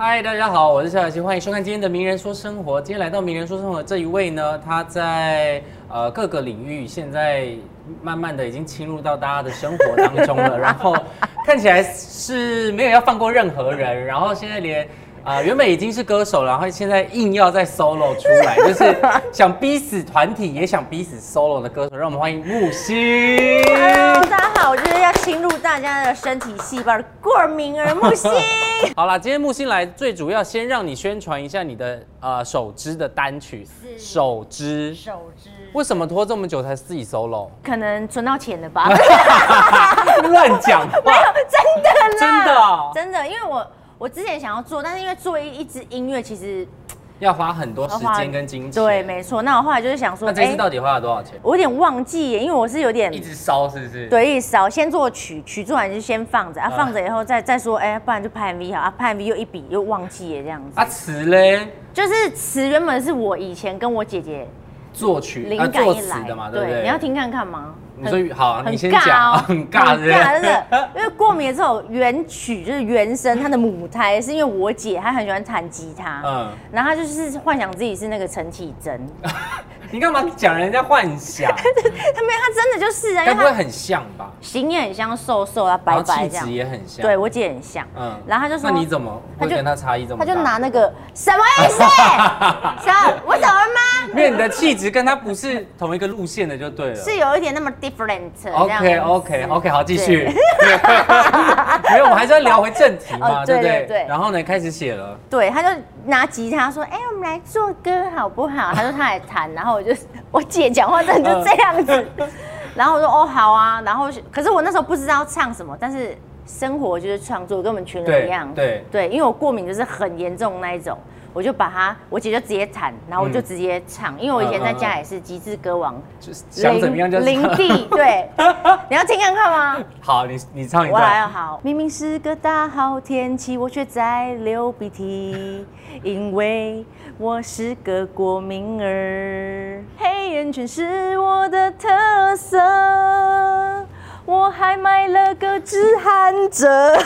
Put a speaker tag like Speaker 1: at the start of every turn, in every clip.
Speaker 1: 嗨，大家好，我是萧亚欣，欢迎收看今天的《名人说生活》。今天来到《名人说生活》这一位呢，他在呃各个领域现在慢慢的已经侵入到大家的生活当中了，然后看起来是没有要放过任何人，然后现在连。啊、原本已经是歌手了，然后现在硬要再 solo 出来，就是想逼死团体，也想逼死 solo 的歌手。让我们欢迎木心。
Speaker 2: Hello，大哎家好，我就是要侵入大家的身体细胞的过敏儿木星。
Speaker 1: 好啦，今天木星来最主要先让你宣传一下你的呃首支的单曲《
Speaker 2: 是
Speaker 1: 手支》。
Speaker 2: 手指
Speaker 1: 为什么拖这么久才自己 solo？
Speaker 2: 可能存到钱了 吧？
Speaker 1: 乱讲话，
Speaker 2: 真的啊啦，
Speaker 1: 真的哦
Speaker 2: 真的，因为我我之前想要做，但是因为做一一支音乐其实
Speaker 1: 要花很多时间跟金钱。
Speaker 2: 对，。没错。那我后来就是想说，哎
Speaker 1: 那这次到底花了多少钱？
Speaker 2: 我有点忘记耶，因为我是有点
Speaker 1: 一直烧是不是？。
Speaker 2: 对，一少先做曲，曲做完就先放着啊，
Speaker 1: 嗯
Speaker 2: 放着以后再再说，哎、不然就拍 MV 好啊，拍 MV 又一笔又忘记耶，这样子。
Speaker 1: 啊，词嘞，
Speaker 2: 就是词原本是我以前跟我姐姐
Speaker 1: 作曲
Speaker 2: 灵
Speaker 1: 啊，
Speaker 2: 感
Speaker 1: 作
Speaker 2: 一
Speaker 1: 词
Speaker 2: 来，
Speaker 1: 的嘛，对不对？
Speaker 2: 你要。听看看吗？
Speaker 1: 你说好，
Speaker 2: 很
Speaker 1: 你先
Speaker 2: 尬
Speaker 1: 讲，
Speaker 2: 哦
Speaker 1: 啊 很尬，
Speaker 2: 很
Speaker 1: 是不
Speaker 2: 尬，真
Speaker 1: 是？
Speaker 2: 的。因为过敏的这首原曲就是原声，它的母胎是因为我姐她很喜欢弹吉他，
Speaker 1: 嗯
Speaker 2: 然后她就是幻想自己是那个陈绮 贞，哎
Speaker 1: 你干嘛讲人家幻想？
Speaker 2: 她没有，她真的就是啊，
Speaker 1: 该
Speaker 2: 因为
Speaker 1: 不会
Speaker 2: 她
Speaker 1: 很像吧？
Speaker 2: 型也很像瘦瘦啊，
Speaker 1: 然
Speaker 2: 白
Speaker 1: 后
Speaker 2: 白
Speaker 1: 气
Speaker 2: 这样
Speaker 1: 质，也很像。
Speaker 2: 对我姐很像，
Speaker 1: 嗯
Speaker 2: 然后她就说
Speaker 1: 那你怎么会
Speaker 2: 他就
Speaker 1: 跟他差异这么
Speaker 2: 她
Speaker 1: 大？
Speaker 2: 就拿那个 什么意思？ 什我怎么吗？
Speaker 1: 因为你的气质跟他不是同一个路线的，就对了。
Speaker 2: 是有一点那么 different 这样子。
Speaker 1: OK OK OK，好，继续。 没有，我们还是要聊回正题嘛，
Speaker 2: 哦
Speaker 1: 对
Speaker 2: 对
Speaker 1: 不对
Speaker 2: 对？对
Speaker 1: 然后呢，开始写了，
Speaker 2: 对，他就拿吉他说：“哎、我们来做歌好不好？”他说他来弹，然后我就 我姐讲话真的就这 样子，然后我说：“哦，好啊。”然后可是我那时候不知道唱什么，但是生活就是创作，跟我们群人一样，
Speaker 1: 对
Speaker 2: 因为我过敏就是很严重那一种，我就把它，我姐就直接弹，然后我就
Speaker 1: 嗯
Speaker 2: 直接唱，因为我以前在家也是极致歌王，
Speaker 1: 就是想怎么样就
Speaker 2: 林
Speaker 1: 唱。
Speaker 2: 地，对，你要听看看吗？
Speaker 1: 好，你你唱一
Speaker 2: 我还要
Speaker 1: 段。
Speaker 2: 好。明明是个大好天气，我却在流 鼻涕，因为我是个过敏儿。黑眼圈是我的特色，我还买了个止汗疹。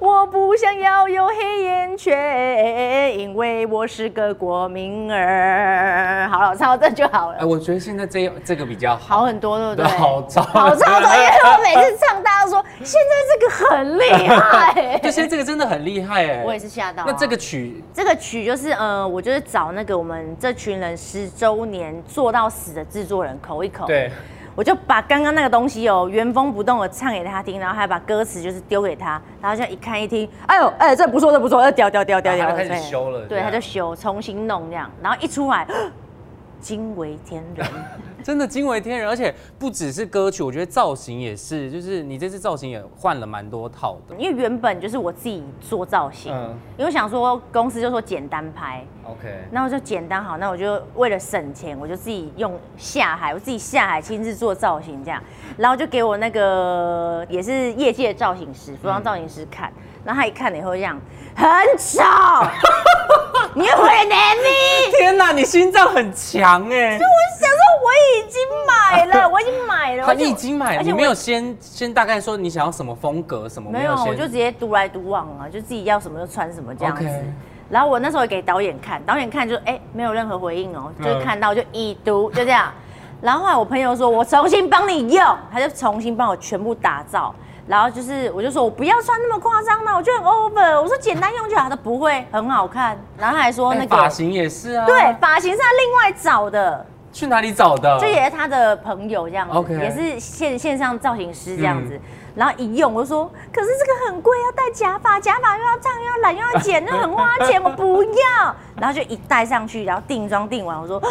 Speaker 2: 我不想要有黑眼圈，因为我是个过敏儿。好了，我唱到这就好了
Speaker 1: 哎，。我觉得现在这这个比较
Speaker 2: 好
Speaker 1: 好。
Speaker 2: 很多，对不对？
Speaker 1: 对 好超
Speaker 2: 好超多，因为我每次唱，大家说现在这个很厉害。
Speaker 1: 就现在 这个真的很厉害哎。
Speaker 2: 我也是。吓到啊、
Speaker 1: 那这个曲
Speaker 2: 这个曲就是，呃，我就是找那个我们这群人十周年做到死的制作人口一口，，
Speaker 1: 对，
Speaker 2: 我就把刚刚那个东西哦原封不动的唱给他听，然后还把歌词就是丢给他，然后就一看一听，哎呦，哎，这不错，这不错，这屌屌屌屌
Speaker 1: 然
Speaker 2: 屌，
Speaker 1: 后他就开始
Speaker 2: 对
Speaker 1: 修了这
Speaker 2: 对，
Speaker 1: 样
Speaker 2: 他就修，重新弄这样，然后一出来， 惊为天人。
Speaker 1: 真的惊为天人，而且不只是歌曲，我觉得造型也是，就是你这次造型也换了蛮多套的。
Speaker 2: 因为原本就是我自己做造型，
Speaker 1: 嗯
Speaker 2: 因为我想说公司就说简单拍，
Speaker 1: OK。
Speaker 2: 那我就简单好，那我就为了省钱，我就自己用下海，我自己下海亲自做造型这样，然后就给我那个也是业界的造型师、服装造型师看，然后他一看了以后这样，很 丑，你会难你。
Speaker 1: 天哪，你心脏很强哎！
Speaker 2: 我想说我已经买了，我已经买了，
Speaker 1: 他
Speaker 2: 而且
Speaker 1: 你已经买了，
Speaker 2: 而且
Speaker 1: 你
Speaker 2: 我
Speaker 1: 没有先先大概说你想要什么风格什么？
Speaker 2: 没有，
Speaker 1: 先
Speaker 2: 我就直接独来独往啊，就自己要什么就穿什么这样子。
Speaker 1: OK
Speaker 2: 然后我那时候也给导演看，导演看就哎、没有任何回应哦，
Speaker 1: 嗯
Speaker 2: 就看到就已读就这样。然后后来我朋友说，我重新帮你用，他就重新帮我全部打造。然后就是，我就说我不要穿那么夸张嘛，我觉得很 over。我说简单用就好，他不会很好看。然后他还说那
Speaker 1: 哎
Speaker 2: 个
Speaker 1: 发型也是啊。
Speaker 2: 对，发型是他另外找的，
Speaker 1: 去哪里找的？
Speaker 2: 这也是他的朋友这样子
Speaker 1: OK 嗯
Speaker 2: 也是线线上造型师这样子。然后一用我就说，可是这个很贵，要戴假发，假发又要烫又要染又要剪，那很花钱，我不要。然后就一戴上去，然后定妆定完，我说啊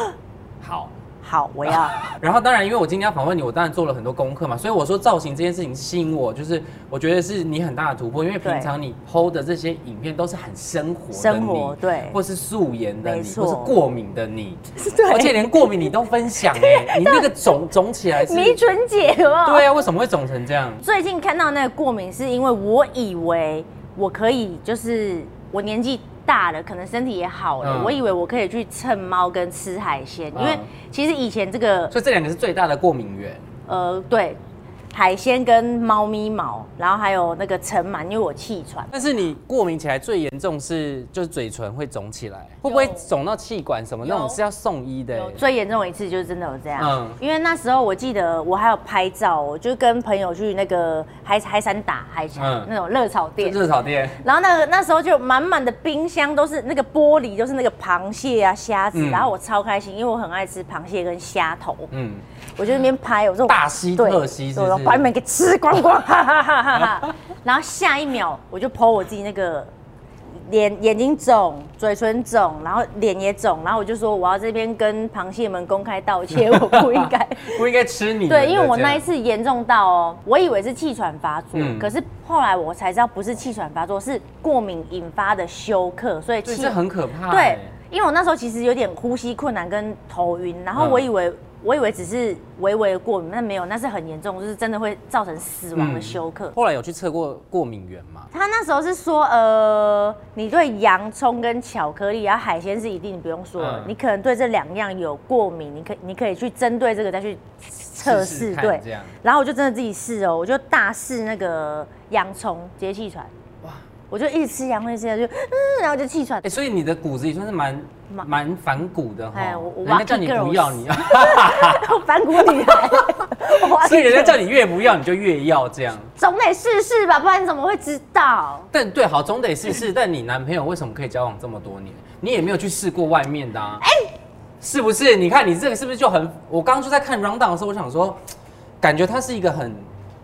Speaker 1: 好。
Speaker 2: 好，我要。
Speaker 1: 然后当然，因为我今天要访问你，我当然做了很多功课嘛，所以我说造型这件事情吸引我，就是我觉得是你很大的突破，因为平
Speaker 2: 对
Speaker 1: 常你 hold 的这些影片都是很生活的你，
Speaker 2: 生活对
Speaker 1: 或是素颜的
Speaker 2: 没
Speaker 1: 你，
Speaker 2: 错
Speaker 1: 或是过敏的你，
Speaker 2: 对
Speaker 1: 而且连过敏你都分享哎，你那个肿肿起来是，
Speaker 2: 迷
Speaker 1: 对
Speaker 2: 纯姐哦，。
Speaker 1: 啊，为什么会肿成这样？
Speaker 2: 最近看到那个过敏，是因为我以为我可以，就是我年纪大了，可能身体也好了，
Speaker 1: 嗯
Speaker 2: 我以为我可以去蹭猫跟吃海鲜，因为
Speaker 1: 嗯
Speaker 2: 其实以前这个
Speaker 1: 所以这两个是最大的过敏源。
Speaker 2: 呃，对，海鲜跟猫咪毛，然后还有那个尘螨，因为我气喘。
Speaker 1: 但是你过敏起来最严重是就是嘴唇会肿起来，会不会肿到气管什么那种
Speaker 2: 有
Speaker 1: 是要送医的、欸。
Speaker 2: 最严重的一次就是真的有这样，
Speaker 1: 嗯
Speaker 2: 因为那时候我记得我还有拍照，我就跟朋友去那个海海产打海产、
Speaker 1: 嗯
Speaker 2: 那种热炒店，
Speaker 1: 热炒店，
Speaker 2: 然后那个那时候就满满的冰箱都是那个玻璃，都是那个螃蟹啊虾子，
Speaker 1: 嗯
Speaker 2: 然后我超开心，因为我很爱吃螃蟹跟虾头，
Speaker 1: 嗯，
Speaker 2: 我就在那边拍，我说我
Speaker 1: 大吸
Speaker 2: 对
Speaker 1: 特吸是
Speaker 2: 对
Speaker 1: 不
Speaker 2: 我
Speaker 1: 是
Speaker 2: 把你们给吃光光， 哈哈哈哈哈。然后下一秒我就剖我自己那个脸眼睛肿、嘴唇肿，然后脸也肿，然后我就说我要这边跟螃蟹们公开道歉，我不应 该。
Speaker 1: 不应该吃你们的这样。
Speaker 2: 对，因为我那一次严重到哦，我以为是气喘发作，
Speaker 1: 嗯
Speaker 2: 可是后来我才知道不是气喘发作，是过敏引发的休克，所以
Speaker 1: 对，
Speaker 2: 气
Speaker 1: 这很可怕、
Speaker 2: 对
Speaker 1: 欸。，
Speaker 2: 因为我那时候其实有点呼吸困难跟头晕，然后
Speaker 1: 嗯
Speaker 2: 我以为、我以为只是微微的过敏，那没有，那是很严重，就是真的会造成死亡的休克。
Speaker 1: 后来有去测过过敏源嘛？
Speaker 2: 他那时候是说，呃，你对洋葱跟巧克力，然后海鲜是一定不用说了，
Speaker 1: 嗯
Speaker 2: 你可能对这两样有过敏，你可你可以去针对这个再去测试，
Speaker 1: 看
Speaker 2: 对
Speaker 1: 这。样
Speaker 2: 然后我就真的自己试哦，我就大试那个洋葱，直接气喘。
Speaker 1: 哇
Speaker 2: 哇！我就一直吃洋葱，一直吃洋葱就嗯，然后就气喘
Speaker 1: 哎、。所以你的骨子里算是蛮
Speaker 2: 蛮
Speaker 1: 蛮反骨的哈。
Speaker 2: 哎我我
Speaker 1: 人家叫你
Speaker 2: lucky
Speaker 1: 不要你，
Speaker 2: 反骨 女孩，哇
Speaker 1: 所以人家叫你越不要你就越要这样。
Speaker 2: 总得试试吧，不然你怎么会知道？
Speaker 1: 但对，好，总得试 试。但你男朋友为什么可以交往这么多年？你也没有去试过外面的啊？
Speaker 2: 哎
Speaker 1: 是不是？你看你这个是不是就很？我刚刚就在看 round down 的时候，我想说，感觉他是一个很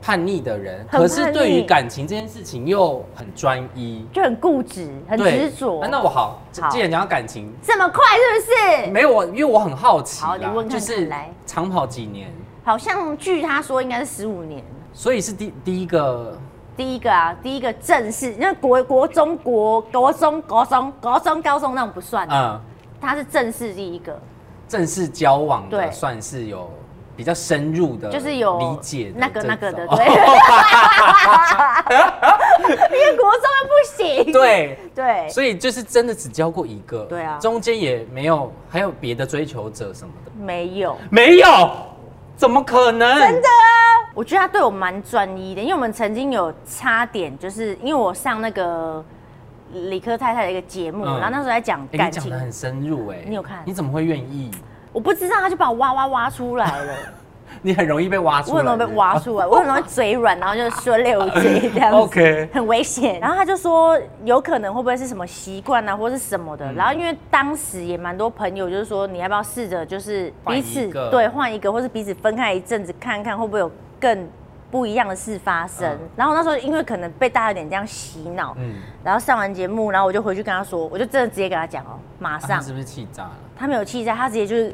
Speaker 1: 叛逆的人，
Speaker 2: 很
Speaker 1: 可是
Speaker 2: 叛
Speaker 1: 对于
Speaker 2: 逆
Speaker 1: 感情这件事情又很专一，
Speaker 2: 就很固执，很
Speaker 1: 对
Speaker 2: 执着
Speaker 1: 啊。那我好，既
Speaker 2: 好
Speaker 1: 既然讲到感情，
Speaker 2: 这么快是不是？
Speaker 1: 没有我，因为我很好奇啦，
Speaker 2: 好你问看看
Speaker 1: 就是
Speaker 2: 来
Speaker 1: 长跑几年，
Speaker 2: 好像据他说应该是十五年。
Speaker 1: 所以是第第一个
Speaker 2: 第一个啊，第一个正式，因为国国中国国中国中国中高中那种不算，啊
Speaker 1: 呃
Speaker 2: 他是正式第一个，
Speaker 1: 正式交往的，
Speaker 2: 对
Speaker 1: 算是有比较深入的，
Speaker 2: 就是有
Speaker 1: 呃理解的
Speaker 2: 那个
Speaker 1: 这
Speaker 2: 那 个的，
Speaker 1: 种哦
Speaker 2: 对，因为国中又不 行，
Speaker 1: 对，
Speaker 2: 对，
Speaker 1: 所以就是真的只交过一个，
Speaker 2: 对啊
Speaker 1: 中间也没有还有别的追求者什么的，
Speaker 2: 没有。
Speaker 1: 没有，怎么可能？真的
Speaker 2: 我觉得他对我蛮专一的，因为我们曾经有差点，就是因为我上那个理科太太的一个节目，
Speaker 1: 嗯
Speaker 2: 然后那时候在讲
Speaker 1: 你
Speaker 2: 感
Speaker 1: 讲
Speaker 2: 情，
Speaker 1: 的很深入哎、
Speaker 2: 你有看
Speaker 1: 你怎么会愿意？
Speaker 2: 我不知道他就把我挖挖挖出来了，
Speaker 1: 你很容易被挖出
Speaker 2: 我
Speaker 1: 来，
Speaker 2: 很容易被挖 出来，我很容易嘴软，然后就说六嘴这样子
Speaker 1: OK
Speaker 2: 很危险。然后他就说有可能会不会是什么习惯啊，或是什么的。
Speaker 1: 嗯
Speaker 2: 然后因为当时也蛮多朋友就是说，你要不要试着就是
Speaker 1: 换
Speaker 2: 彼
Speaker 1: 一
Speaker 2: 此
Speaker 1: 个
Speaker 2: 对换一个，或是彼此分开一阵子，看看会不会有更不一样的事发生。
Speaker 1: 嗯
Speaker 2: 然后那时候因为可能被大家有点这样洗脑，
Speaker 1: 嗯，
Speaker 2: 然后上完节目，然后我就回去跟他说，我就真的直接跟他讲哦，马
Speaker 1: 啊他
Speaker 2: 上
Speaker 1: 是不是气炸了？
Speaker 2: 他没有气在，他直接就是，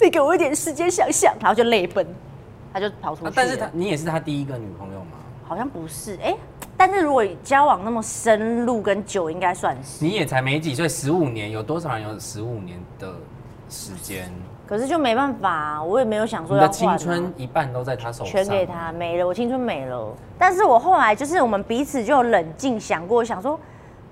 Speaker 2: 你给我一点时间想想，然后就泪奔，他就跑出去了、
Speaker 1: 啊但是他你也是他第一个女朋友吗？
Speaker 2: 好像不是哎、但是如果交往那么深入跟久，应该算是，
Speaker 1: 你也才没几岁，十五年，有多少人有十五年的时间？
Speaker 2: 可是就没办法、啊，我也没有想
Speaker 1: 你
Speaker 2: 说要
Speaker 1: 的
Speaker 2: 换啊
Speaker 1: 青春一半都在他手上，
Speaker 2: 全给。他没了，我青春没了。但是我后来就是我们彼此就有冷静想过，想说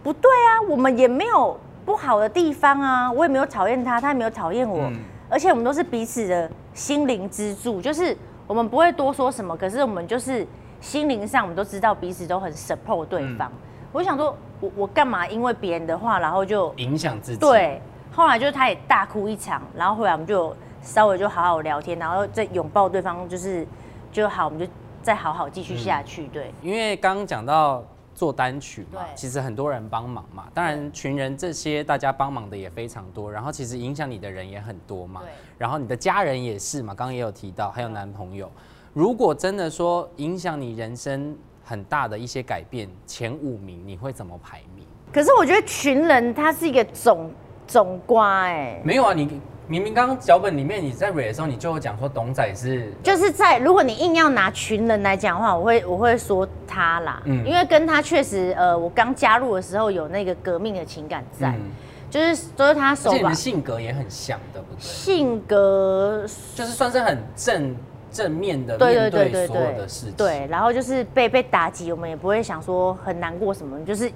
Speaker 2: 不对啊，我们也没有不好的地方啊，我也没有讨厌他，他也没有讨厌我，
Speaker 1: 嗯
Speaker 2: 而且我们都是彼此的心灵支柱，就是我们不会多说什么，可是我们就是心灵上我们都知道彼此都很 support 对方。我想说，我我干嘛因为别人的话，然后就
Speaker 1: 影响自己。，
Speaker 2: 对，后来就是他也大哭一场，然后后来我们就稍微就好好聊天，然后再拥抱对方，就是就好，我们就再好好继续下去。对，
Speaker 1: 因为刚刚讲到做单曲嘛
Speaker 2: 对，
Speaker 1: 其实很多人帮忙嘛，当然群人这些大家帮忙的也非常多，然后其实影响你的人也很多嘛
Speaker 2: 对，
Speaker 1: 然后你的家人也是嘛，刚刚也有提到，还有男朋友。如果真的说影响你人生很大的一些改变，前五名你会怎么排名？
Speaker 2: 可是我觉得群人他是一个总总瓜哎、
Speaker 1: 没有啊，你明明刚刚脚本里面你在蕊的时候，你就有讲说董仔是
Speaker 2: 就是在如果你硬要拿群人来讲的话，我会我会说他啦，
Speaker 1: 嗯
Speaker 2: 因为跟他确实呃，我刚加入的时候有那个革命的情感在，
Speaker 1: 嗯
Speaker 2: 就是都是他手
Speaker 1: 而且你
Speaker 2: 把
Speaker 1: 们性格也很像，对不对？
Speaker 2: 性格
Speaker 1: 就是算是很正正面的
Speaker 2: 对
Speaker 1: 面
Speaker 2: 对对
Speaker 1: 对
Speaker 2: 对
Speaker 1: 所有的
Speaker 2: 对
Speaker 1: 事情。
Speaker 2: 对，然后就是被被打击，我们也不会想说很难过什么，就是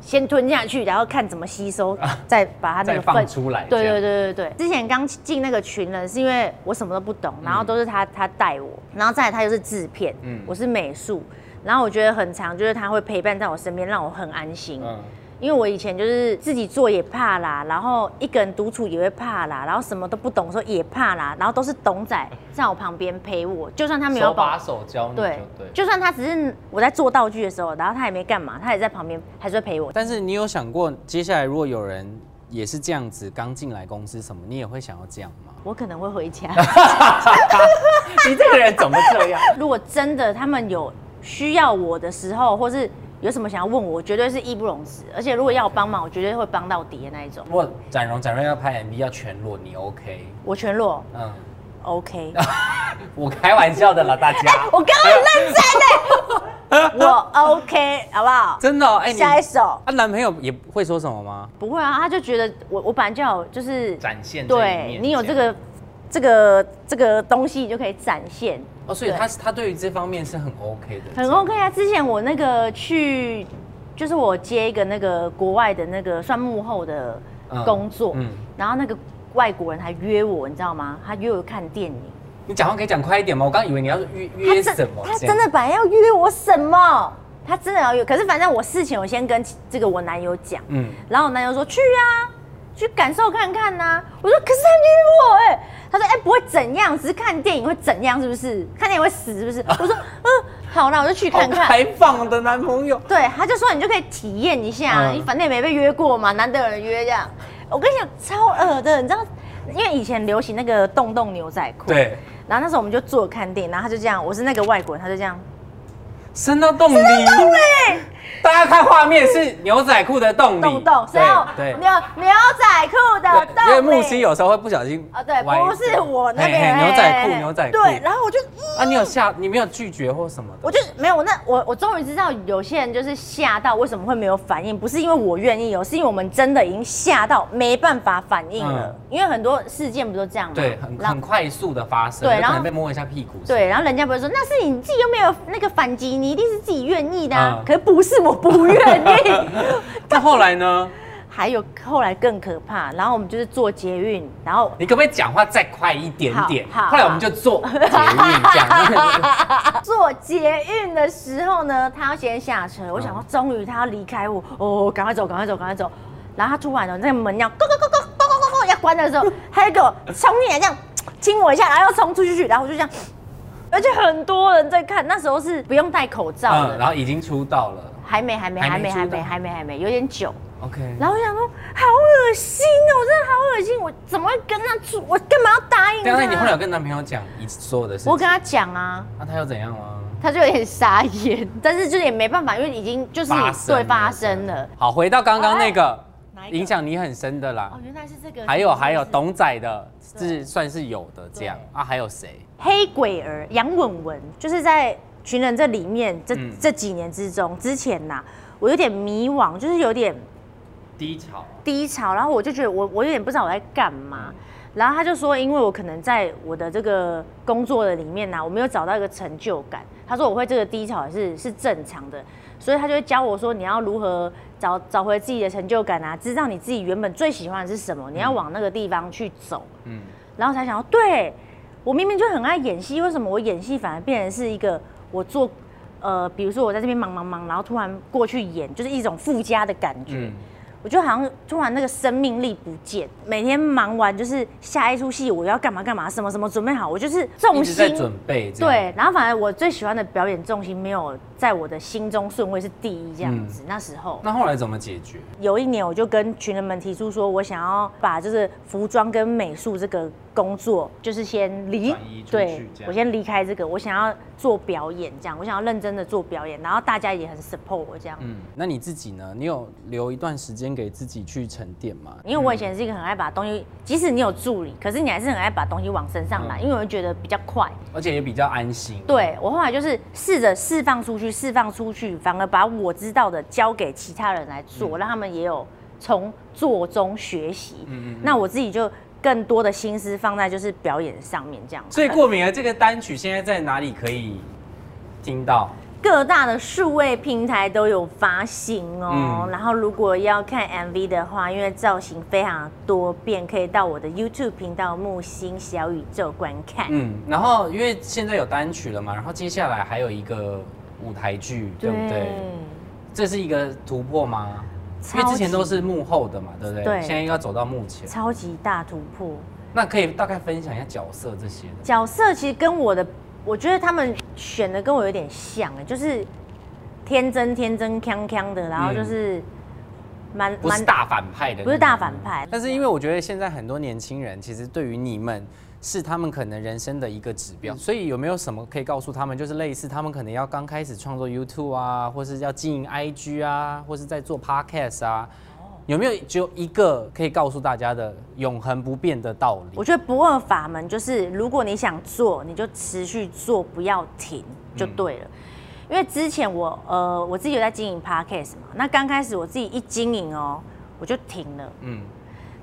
Speaker 2: 先吞下去，然后看怎么吸收，再把它那
Speaker 1: 啊再
Speaker 2: 个
Speaker 1: 放
Speaker 2: 粪
Speaker 1: 出来这
Speaker 2: 对
Speaker 1: 样
Speaker 2: 对对对对，之前刚进那个群人是因为我什么都不懂，然后都是他他带我，然后再来他就是制片，
Speaker 1: 嗯
Speaker 2: 我是美术，然后我觉得很长，就是他会陪伴在我身边，让我很安心。
Speaker 1: 嗯，
Speaker 2: 因为我以前就是自己做也怕啦，然后一个人独处也会怕啦，然后什么都不懂的时候也怕啦，然后都是董 仔在我旁边陪我，就算他没有
Speaker 1: 手
Speaker 2: 把我
Speaker 1: 把手教你就
Speaker 2: 对
Speaker 1: 对，。
Speaker 2: 就算他只是我在做道具的时候，然后他也没干嘛，他也在旁边，还是会陪我。
Speaker 1: 但是你有想过，接下来如果有人也是这样子，刚进来公司什么，你也会想要这样吗？
Speaker 2: 我可能会回家。
Speaker 1: 你这个人怎么这样？
Speaker 2: 如果真的他们有需要我的时候，或是有什么想要问我，我绝对是义不容辞。而且如果要我帮忙，我绝对会帮到底的那一种。
Speaker 1: 如果展荣、展瑞要拍 MV 要全裸，你 OK？
Speaker 2: 我全裸
Speaker 1: 嗯，
Speaker 2: ，OK。
Speaker 1: 我开玩笑的啦，大 家。
Speaker 2: 我刚刚很认 真的，欸我 OK，好不好？
Speaker 1: 真的哦、哎、你
Speaker 2: 下一首
Speaker 1: 啊，男朋友也会说什么吗？
Speaker 2: 不会啊，他就觉得我我本来就有就是
Speaker 1: 展现这一
Speaker 2: 对
Speaker 1: 面
Speaker 2: 你有
Speaker 1: 这
Speaker 2: 这
Speaker 1: 样
Speaker 2: 个这个这个东西，你就可以展现。
Speaker 1: 哦，所以
Speaker 2: 对
Speaker 1: 他他对于这方面是很 OK 的，
Speaker 2: 很 OK 啊！之前我那个去，就是我接一个那个国外的那个算幕后的工作，
Speaker 1: 嗯嗯
Speaker 2: 然后那个外国人还约我，你知道吗？他约我看电影，
Speaker 1: 你讲话可以讲快一点吗？我刚刚以为你要约
Speaker 2: 他
Speaker 1: 约
Speaker 2: 真
Speaker 1: 什么
Speaker 2: 他
Speaker 1: 这样
Speaker 2: 真的本来要约我什么？他真的要约，可是反正我事前我先跟这个我男友讲，
Speaker 1: 嗯，
Speaker 2: 然后我男友说去啊，去感受看看呐、我说可是他约我哎、他说哎、不会怎样，只是看电影会怎样是不是？看电影会死是不是？我说嗯好啦，我就去看看。
Speaker 1: 好开放的男朋友，
Speaker 2: 对，他就说你就可以体验一下，
Speaker 1: 嗯
Speaker 2: 你反正也没被约过嘛，难得有人约这样。我跟你讲，超恶的，你知道，因为以前流行那个洞洞牛仔裤，。
Speaker 1: 对，
Speaker 2: 然后那时候我们就坐着看电影，然后他就这样，我是那个外国人，他就这样，
Speaker 1: 伸到洞里，大家看画面是牛仔裤的洞里，
Speaker 2: 洞洞，是
Speaker 1: 对
Speaker 2: 要
Speaker 1: 嗯对
Speaker 2: 牛，牛仔裤的
Speaker 1: 对
Speaker 2: 洞里。
Speaker 1: 因为木西有时候会不小心
Speaker 2: 啊，对，
Speaker 1: 歪
Speaker 2: 不是我那
Speaker 1: 嘿嘿
Speaker 2: 边
Speaker 1: 牛仔裤，牛仔裤，
Speaker 2: 对，然后我就，嗯
Speaker 1: 啊，你有下，你没有拒绝或什么的
Speaker 2: 我就没有，那我我终于知道有些人就是吓到为什么会没有反应，不是因为我愿意哦，是因为我们真的已经吓到没办法反应了。
Speaker 1: 嗯
Speaker 2: 因为很多事件不都这样吗？
Speaker 1: 对，很
Speaker 2: 嗯然后
Speaker 1: 很快速的发生，
Speaker 2: 对
Speaker 1: 有
Speaker 2: 然
Speaker 1: 可
Speaker 2: 后
Speaker 1: 能被摸一下屁股，，
Speaker 2: 对，然后人家不会说那是你自己又没有那个反击，你一定是自己愿意的啊。
Speaker 1: 嗯
Speaker 2: 可是不是我不愿意。
Speaker 1: 那后来呢？
Speaker 2: 还有后来更可怕，然后我们就是坐捷运，然后
Speaker 1: 你可不可以讲话再快一点点？
Speaker 2: 好好
Speaker 1: 后来我们就做捷运这 样，
Speaker 2: 坐捷运的时候呢，他要先下车，
Speaker 1: 嗯
Speaker 2: 我想说终于他要离开我，哦，赶快走，赶快走，赶快走。然后他突然呢，那个门要咯咯咯咯咯咯咯咯要关的 时候，他就给我冲进来这样亲我一下，然后又冲出去，然后我就这样，而且很多人在看，那时候是不用戴口罩的，
Speaker 1: 嗯，然后已经出道了
Speaker 2: 还没还没
Speaker 1: 还
Speaker 2: 还
Speaker 1: 没
Speaker 2: 没还
Speaker 1: 出道
Speaker 2: 没还没还没有点久。
Speaker 1: ，OK，
Speaker 2: 然后我想说，好恶心哦，我真的好恶心，我怎么会跟他住？我干嘛要答应
Speaker 1: 对啊，那你后来
Speaker 2: 他？
Speaker 1: 有跟男朋友讲一所有的事
Speaker 2: 我
Speaker 1: 情，
Speaker 2: 跟他讲啊，
Speaker 1: 那他又怎样吗？
Speaker 2: 他就有点傻眼， 但是就是也没办法，因为已经就是
Speaker 1: 了
Speaker 2: 对发生了。。哎
Speaker 1: 好，回到刚刚那个
Speaker 2: 哪一个
Speaker 1: 影响你很深的啦
Speaker 2: 哦，，原来是这个。
Speaker 1: 还有还有
Speaker 2: 懂
Speaker 1: 董仔的
Speaker 2: 对
Speaker 1: 是算是有的这样
Speaker 2: 对
Speaker 1: 啊，还有谁？
Speaker 2: 黑鬼儿杨文文，就是在群人这里面这、
Speaker 1: 嗯
Speaker 2: 这几年之中，之前呐、我有点迷惘，就是有点
Speaker 1: 低潮。
Speaker 2: 低潮，然后我就觉得我我有点不知道我在干嘛。然后他就说，因为我可能在我的这个工作的里面啊呢、我没有找到一个成就感。他说我会这个低潮也是是正常的，所以他就会教我说你要如何找找回自己的成就感啊，知道你自己原本最喜欢的是什么，你要往那个地方去走。
Speaker 1: 嗯，
Speaker 2: 然后才想到，对我明明就很爱演戏，为什么我演戏反而变成是一个我做，呃，比如说我在这边忙忙忙，然后突然过去演，就是一种附加的感觉。
Speaker 1: 嗯
Speaker 2: 我就好像突然那个生命力不见，每天忙完就是下一出戏我要干嘛干嘛，什么什么准备好，我就是重
Speaker 1: 一直在
Speaker 2: 心
Speaker 1: 准备。这样，
Speaker 2: 对，然后反而我最喜欢的表演重心没有在我的心中顺位是第一这样
Speaker 1: 嗯
Speaker 2: 子。那时候
Speaker 1: 那后来怎么解决？
Speaker 2: 有一年，我就跟群人们提出说，我想要把就是服装跟美术这个工作，就是先离
Speaker 1: 转移出去
Speaker 2: 对
Speaker 1: 这样
Speaker 2: 我先离开这个，我想要做表演这样，我想要认真的做表演，然后大家也很 support 我这样。
Speaker 1: 嗯，那你自己呢？你有留一段时间给自己去沉淀吗？
Speaker 2: 因为我以前是一个很爱把东西，即使你有助理，可是你还是很爱把东西往身上拿，
Speaker 1: 嗯
Speaker 2: 因为我会觉得比较快。
Speaker 1: 而且也比较安心。
Speaker 2: 对我后来就是试着释放出去，释放出去，反而把我知道的交给其他人来做，让他们也有从做中学习。
Speaker 1: 嗯嗯嗯嗯
Speaker 2: 那我自己就更多的心思放在就是表演上面这样。
Speaker 1: 所以过敏儿这个单曲现在在哪里可以听到？
Speaker 2: 各大的数位平台都有发行哦。
Speaker 1: 嗯
Speaker 2: 然后如果要看 MV 的话，因为造型非常多变，可以到我的 YouTube 频道木星小宇宙观看。
Speaker 1: 嗯，然后因为现在有单曲了嘛，然后接下来还有一个舞台剧，对不对？这是一个突破吗？因为之前都是幕后的嘛，对不对？
Speaker 2: 对
Speaker 1: 现在要走到幕前，
Speaker 2: 超级大突破。
Speaker 1: 那可以大概分享一下角色这些的。
Speaker 2: 角色其实跟我的，我觉得他们选的跟我有点像哎，就是天真天真锵锵的，然后就是蛮
Speaker 1: 嗯不是大反派的那种，
Speaker 2: 不是大反派
Speaker 1: 但是因为我觉得现在很多年轻人其实对于你们是他们可能人生的一个指标，所以有没有什么可以告诉他们，就是类似他们可能要刚开始创作 YouTube 啊，或是要经营 IG 啊，或是在做 Podcast 啊，有没有只有一个可以告诉大家的永恒不变的道理
Speaker 2: 我？觉得不二法门就是，如果你想做，你就持续做，不要停就对
Speaker 1: 嗯
Speaker 2: 了。因为之前我呃我自己有在经营 podcast 嘛，那刚开始我自己一经营哦，我就停了。
Speaker 1: 嗯，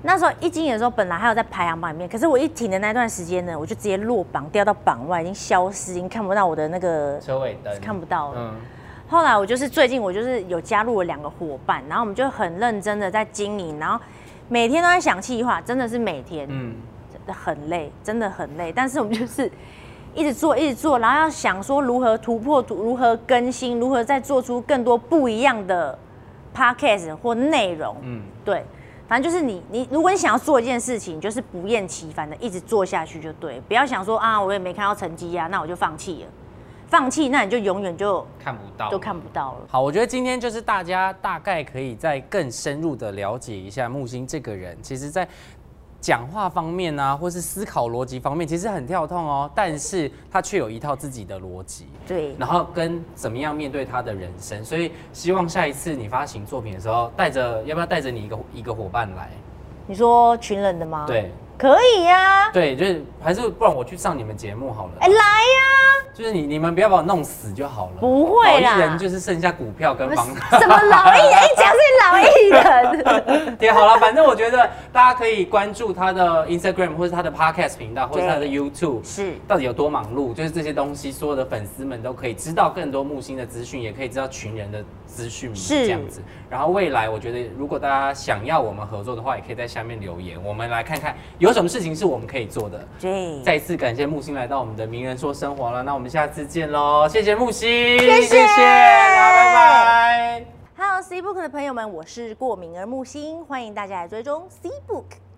Speaker 2: 那时候一经营的时候，本来还有在排行榜里面，可是我一停的那段时间呢，我就直接落榜，掉到榜外，已经消失，已经看不到我的那个
Speaker 1: 车尾灯
Speaker 2: 看不到了。
Speaker 1: 嗯，
Speaker 2: 后来我就是最近我就是有加入了两个伙伴，然后我们就很认真的在经营，然后每天都在想计划，真的是每天，
Speaker 1: 嗯，
Speaker 2: 真的很累，真的很累。但是我们就是一直做，一直做，然后要想说如何突破，突如何更新，如何再做出更多不一样的 podcast 或内容。
Speaker 1: 嗯
Speaker 2: 嗯，对，反正就是你你，如果你想要做一件事情，就是不厌其烦的一直做下去就对，不要想说啊，我也没看到成绩呀、那我就放弃了。放弃，那你就永远就
Speaker 1: 看不到
Speaker 2: 都看不到了。
Speaker 1: 好，我觉得今天就是大家大概可以再更深入的了解一下木星这个人，其实在讲话方面啊，或是思考逻辑方面，其实很跳痛哦，但是他却有一套自己的逻辑。
Speaker 2: 对，
Speaker 1: 然后跟怎么样面对他的人生，所以希望下一次你发行作品的时候，带着要不要带着你一个一个伙伴来？
Speaker 2: 你说群人的吗？，
Speaker 1: 对
Speaker 2: 可以呀、
Speaker 1: 对，就是还是不然我去上你们节目好了。
Speaker 2: 哎、来呀、
Speaker 1: 就是你你们不要把我弄死就好了。
Speaker 2: 不会啦
Speaker 1: 老艺人就是剩下股票跟房产。
Speaker 2: 什么老艺人？一讲是 老艺人。
Speaker 1: 对，好了，反正我觉得大家可以关注他的 Instagram 或是他的 Podcast 频道，或是他的
Speaker 2: 对
Speaker 1: YouTube。
Speaker 2: 是，
Speaker 1: 到底有多忙碌？就是这些东西，所有的粉丝们都可以知道更多木星的资讯，也可以知道群人的资讯，
Speaker 2: 是
Speaker 1: 这样子。然后未来，我觉得如果大家想要我们合作的话，也可以在下面留言，我们来看看有什么事情是我们可以做
Speaker 2: 嗯
Speaker 1: 的。
Speaker 2: 对，
Speaker 1: 再次感谢木星来到我们的名人说生活了，那我们下次见喽！谢谢木星，谢
Speaker 2: 谢
Speaker 1: 谢大家拜拜。
Speaker 2: Hello C Book 的朋友们，我是过敏儿木星，欢迎大家来追踪 C Book。